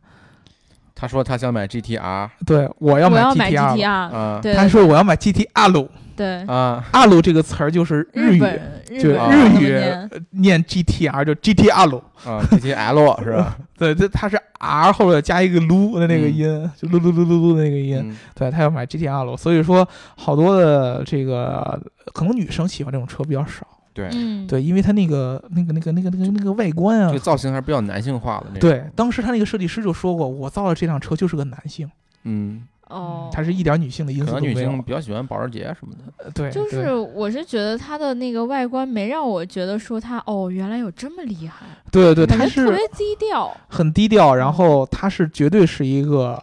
他说他想买 GTR，对，我要我买要 GTR 了。 GTR，啊啊对他说我要买 GTR，对，啊，阿鲁这个词儿就是日语本就日本日怎么语念念 GTR 就 GTR，啊 *laughs* ，GTL 是吧？对，这它是 R 后边加一个噜的那个嗯音，就噜噜噜噜噜的那个音。嗯对他要买 GTR 了，所以说好多的这个可能女生喜欢这种车比较少，对，嗯，对，因为它那个那个那个那个那个那个外观啊这个，造型还是比较男性化的那种。，对，当时他那个设计师就说过，我造的这辆车就是个男性，嗯，哦，它是一点女性的因可素都能女没性有，比较喜欢保时捷什么的。呃对，就对是我是觉得它的那个外观没让我觉得说它哦，原来有这么厉害，对对，感它觉特是别低调，很低调，然后它是绝对是一个。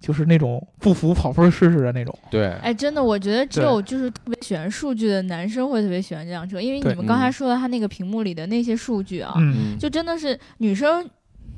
就是那种不服跑分试试的那种，对，哎，真的，我觉得只对有就是特别喜欢数据的男生会特别喜欢这辆车，因为对你们刚才嗯说的它那个屏幕里的那些数据啊，嗯，就真的是女生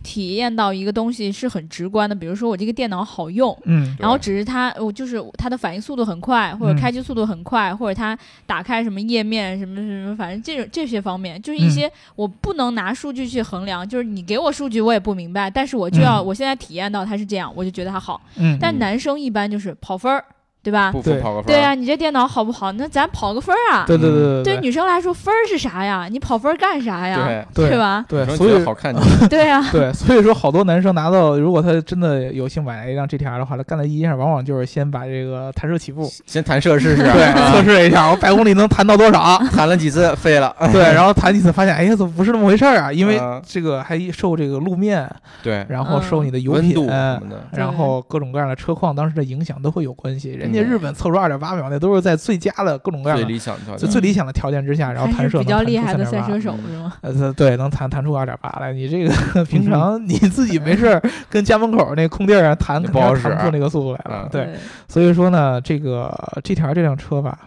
体验到一个东西是很直观的，比如说我这个电脑好用。嗯，然后对只是它，我就是它的反应速度很快，或嗯者开机速度很快，或者它打开什么页面什么什么，反正这种这些方面，就是一嗯些我不能拿数据去衡量，就是你给我数据我也不明白，但是我就要、嗯我现在体验到它是这样，我就觉得它好。嗯，但嗯男生一般就是跑分儿，对吧？不服对跑个分对儿。啊，你这电脑好不好？那咱跑个分儿啊。对对对对对女生来说，分儿是啥呀？你跑分儿干啥呀？对，对吧？对女对，生所觉以得好看就对啊呀、 *laughs* 对，所以说好多男生拿到，如果他真的有幸买了一辆 GTR 的话，他干的第一件事往往就是先把这个弹射起步，先弹射试试啊，对，啊测 *laughs* 试一下我百公里能弹到多 *laughs* 少，弹了几次废了。对，然后弹几次发现，哎呀，怎么不是那么回事儿啊？因为嗯这个还受这个路面，对， *laughs* 然嗯后受你的油温品。哎度什么的，然后各种各样的车况当时的影响都会有关系。人家嗯日本测出二点八秒，那都是在最佳的各种各样最的、理想条最件。最理想的条件之下，然后还弹是射比能较弹厉害出的赛3.8车手是吗？呃，对，能弹弹出二点八来。你这个 *laughs* 平常你自己没事嗯儿跟家门口那空地儿上弹，也肯不定好弹使啊不出那个速度来了嗯。对，，所以说呢，这个 GTR 这辆车吧，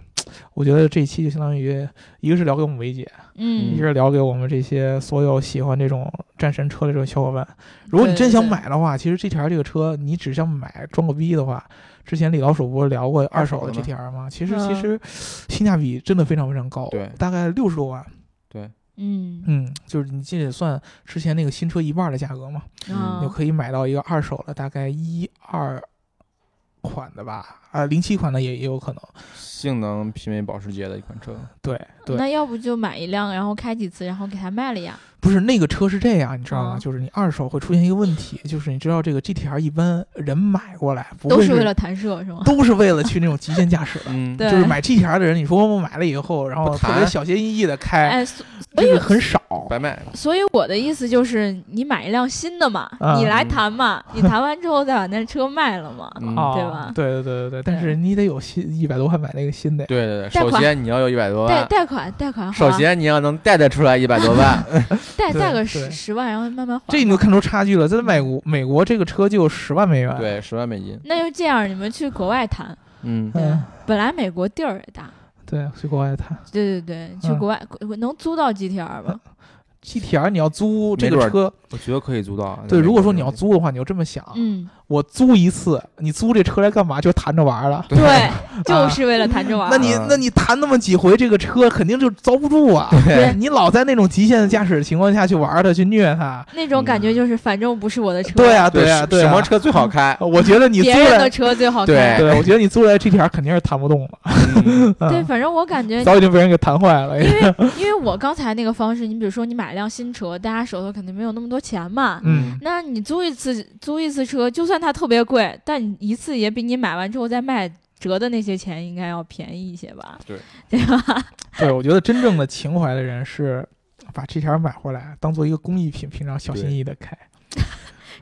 我觉得这一期就相当于一个是聊给我们维姐，一嗯个，是聊给我们这些所有喜欢这种战神车的这种小伙伴。如果你对真想对买的话，其实 GTR 这个车你只想买装个逼的话，之前李老鼠不是聊过二手二的手的 GTR 吗？其实嗯其实性价比真的非常非常高，对大概六十多万。嗯嗯，就是你这也算之前那个新车一半的价格嘛，啊你就可以买到一个二手的，大概一二款的吧，啊、零七款的也也有可能。性能媲美保时捷的一款车，嗯对对，那要不就买一辆，然后开几次，然后给它卖了呀？不是那个车是这样，你知道吗？啊就是你二手会出现一个问题，就是你知道这个 GTR 一般人买过来不嗯都会是为了弹射是吗？都是为了去那种极限驾驶的，嗯，对就是买 GTR 的人，你说我买了以后，然后不特谈别小心翼翼的开，哎，所所这以个很少。白卖了。所以我的意思就是，你买一辆新的嘛，啊你来谈嘛，你谈完之后再把那车卖了嘛。嗯哦对吧对对对对对，但是你得有新一百多块买那个新的呀。对对对，贷首款先你要有一百多贷万，贷款贷款好首啊，先你要能贷得出来一百多万，贷对贷个对十十万，然后慢慢还。这你就看出差距了，在美国，美国这个车就十万美元。，对，十万美金。那就这样，你们去国外谈。嗯，对嗯，本来美国地儿也大，对，去国外谈对对对，去嗯国外、国能租到 GTR 吧？ GTR，你要租这没准个儿车，我觉得可以租到。啊对，如果说你要，租的话，你就这么想，嗯，我租一次，你租这车来干嘛？就谈着玩儿 *laughs* 了。对，就是为了谈着玩儿。啊那你啊那你谈那么几回这个车，肯定就遭不住啊！对你老在那种极限的驾驶的情况下去玩儿它，去虐它。那种感觉就是，反正不是我的车，对啊，对啊，什对什啊么？车最好开？我觉得你租别人的来，车最好对看。对我觉得你租来 GTR 肯定是谈不动了，嗯对，嗯，反正我感觉早已经被人给谈坏了。因为因为我刚才那个方式，你比如说你买一辆新车，大家手头肯定没有那么多钱嘛。嗯，那你租一次租一次车，就算它特别贵，但你一次也比你买完之后再卖折的那些钱应该要便宜一些 *laughs* 吧？对， *laughs* 对吧？对，我觉得真正的情怀的人是把 GTR 买回来当做一个工艺品，平常小心翼翼的开。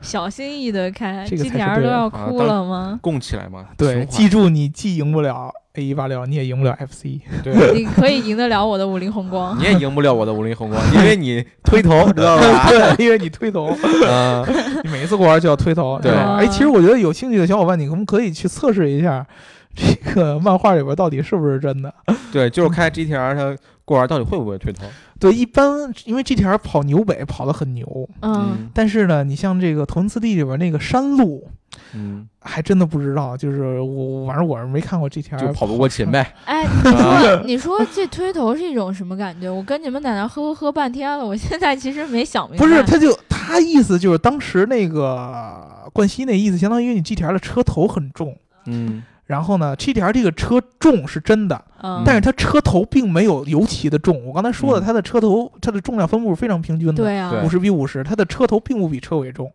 小心翼翼的开这个才是 GTR 对都的要啊哭当了 *laughs* 吗？ *laughs* 供起来嘛，对，情怀记住，你既赢不了 A 一八六，你也赢不了 FC。对，啊你可以赢得了我的五菱宏光你。也赢不了我的五菱宏光，因为你 *laughs* 推头，知道 *laughs* 吧？对，因为你推头， *laughs* 嗯，你每一次过弯就要推头。对是吧哦哎，其实我觉得有兴趣的小伙伴，你我们可以去测试一下这个漫画里边到底是不是真的。对，就是开 GTR 它过弯到底会不会推头？对，一般因为 GTR 跑纽北跑得很牛，嗯，但是呢，你像这个《头文字 D》里边那个山路，嗯，还真的不知道。就是我，反正我是没看过 GTR，就跑不过秦 *laughs* 呗。哎，你啊说你说这推头是一种什么感觉？我跟你们在那喝喝喝半天了，我现在其实没想明白。不是，他就他意思就是当时那个冠希那意思，相当于你 GTR 的车头很重，嗯，然后呢，GTR 这个车重是真的，嗯，但是它车头并没有尤其的重。我刚才说了，嗯它的车头它的重量分布是非常平均的，对啊，对五十比五十，它的车头并不比车尾重。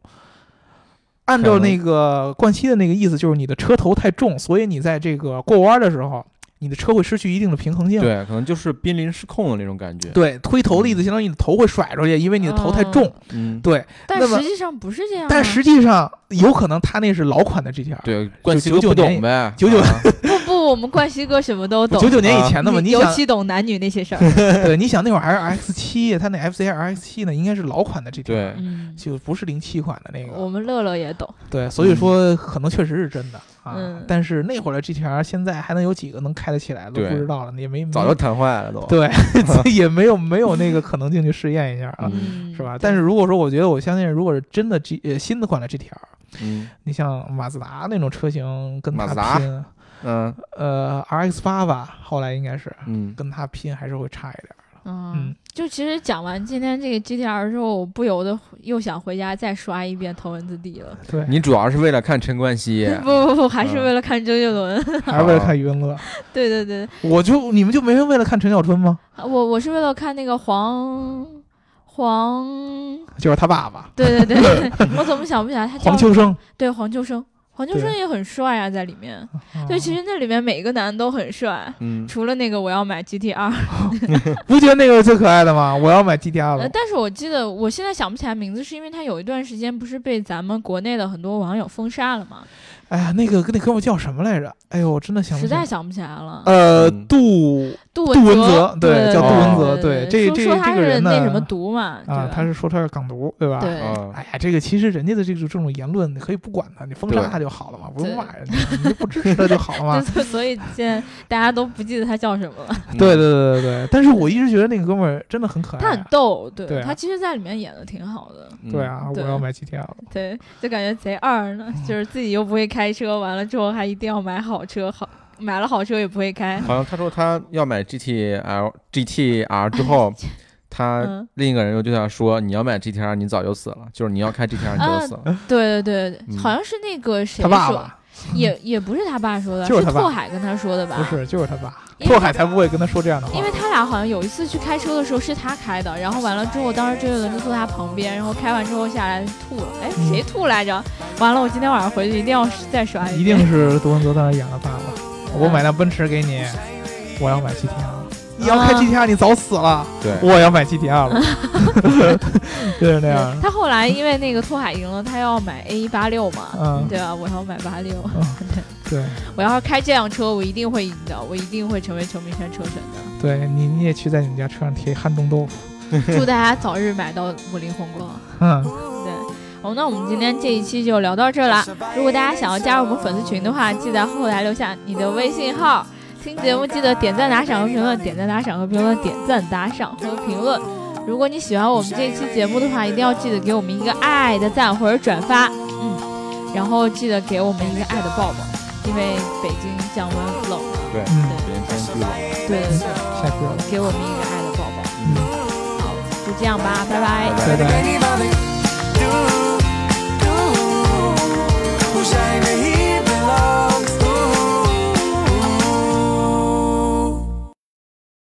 按照那个冠希的那个意思，就是你的车头太重，所以你在这个过弯的时候，你的车会失去一定的平衡性。对，可能就是濒临失控的那种感觉。对推头的意思相当于你的头会甩出去，因为你的头太重。嗯，对，但那么实际上不是这样啊。但实际上有可能他那是老款的 GTR，对，冠希就99都不懂年呗， 99啊不不，我们冠希哥什么都懂， *laughs* 九九年以前的嘛。你你嗯尤想，其懂男女那些 *laughs* 事儿。对，你想那会儿还是 X 七，他那 FC 还是 X 七呢，应该是老款的 GTR，对，嗯，就不是零七款的那我个。们乐乐也懂。对，所嗯以说可能确实是真的啊。嗯但是那会儿的 GTR 现在还能有几个能开得起来都对不知道了，也没早就弹坏了都。 *laughs* 对，也没有没有那个可能性去试验一下啊，嗯，是吧？但是如果说我觉得我相信，如果是真的 G 呃新的款的 GTR，嗯你像马自达那种车型跟马自它达拼，嗯呃 RX 八吧，后来应该是嗯，跟它拼还是会差一点儿。嗯嗯，就其实讲完今天这个 GTR 之后，我不由得又想回家再刷一遍《头文字 D》了。对， *laughs* 你主要是为了看陈冠希，不不不，还嗯是为了看周杰伦。 *laughs* 还是为了看余文乐，对对对，我就你们就没人为了看陈小春吗？啊我我是为了看那个黄黄，就是他爸爸对对 *laughs* 对，我怎么想不起来他叫黄秋生。对黄秋生，黄秋生也很帅啊，在里面。哦对，其实实那里面每一个男的都很帅。嗯，除了那个我要买 GTR，、不觉得那个是最可爱的吗？我要买 GTR 呃了。但是我记得我现在想不起来名字，是因为他有一段时间不是被咱们国内的很多网友封杀了吗？哎呀，那个那哥们儿叫什么来着？哎呦，我真的想不实起来在。想不起来了。呃，嗯杜杜杜文文泽对对，叫对杜对文泽对，对说这这说他这个是人呢那什么毒嘛，对啊吧，他是说他是港独，对吧？对啊哎呀，这个其实人家的这种这种言论，你可以不管他，你封杀他就好了嘛，不用骂人家，你就不支持他就好了嘛。 *laughs* 就所以现在大家都不记得他叫什么了。嗯对对对对对，但是我一直觉得那个哥们儿真的很可他爱很啊。逗，对对啊他其实在里面演的挺好的，嗯对，啊，我对要买 GTR 了。对，就感觉贼二呢，就是自己又不会开车，完了之后还一定要买好车，好买了好车也不会开嗯。好像他说他要买 GTL GTR 之后，他 *laughs* 嗯，另一个人又对他说：“你要买 GTR，你早就死了，就是你要开 GTR，你啊就死了。对对对，嗯好像是那个谁他爸说，爸也也不是他爸说的， *laughs* 就是他爸拓海跟他说的吧？不，是，就是他爸。因为拓海才不会跟他说这样的话因。为他俩好像有一次去开车的时候是他开的，然后完了之后，当时周杰伦就坐他旁边，然后开完之后下来吐了，哎，嗯谁吐来着？完了，我今天晚上回去一定要再刷一遍定。是杜文泽当时演的爸爸。我买辆奔驰给你，我要买 GTR。你要开啊 GTR，你早死了。对，我要买 GTR *laughs* 了，就是那样。他后来因为那个拓海赢了，他要买 A 八六嘛，嗯，对啊，我要买八六， *laughs* 对我要是开这辆车，我一定会赢的，我一定会成为球迷圈车神的。对，你你也去在你们家车上贴汉中豆腐。祝大家早日买到五菱宏光。嗯，对，好，那我们今天这一期就聊到这儿了。如果大家想要加入我们粉丝群的话，记得后台留下你的微信号。听节目记得点赞、打赏和评论，点赞、打赏和评论，点赞、打赏和评论。如果你喜欢我们这一期节目的话，一定要记得给我们一个爱的赞或者转发，嗯，然后记得给我们一个爱的抱抱，因为北京降温冷了，对，嗯北京天气冷。对对对，下课了，给我们一个爱的抱抱。嗯，好，就这样吧，拜拜拜拜。 anybody do do who's shining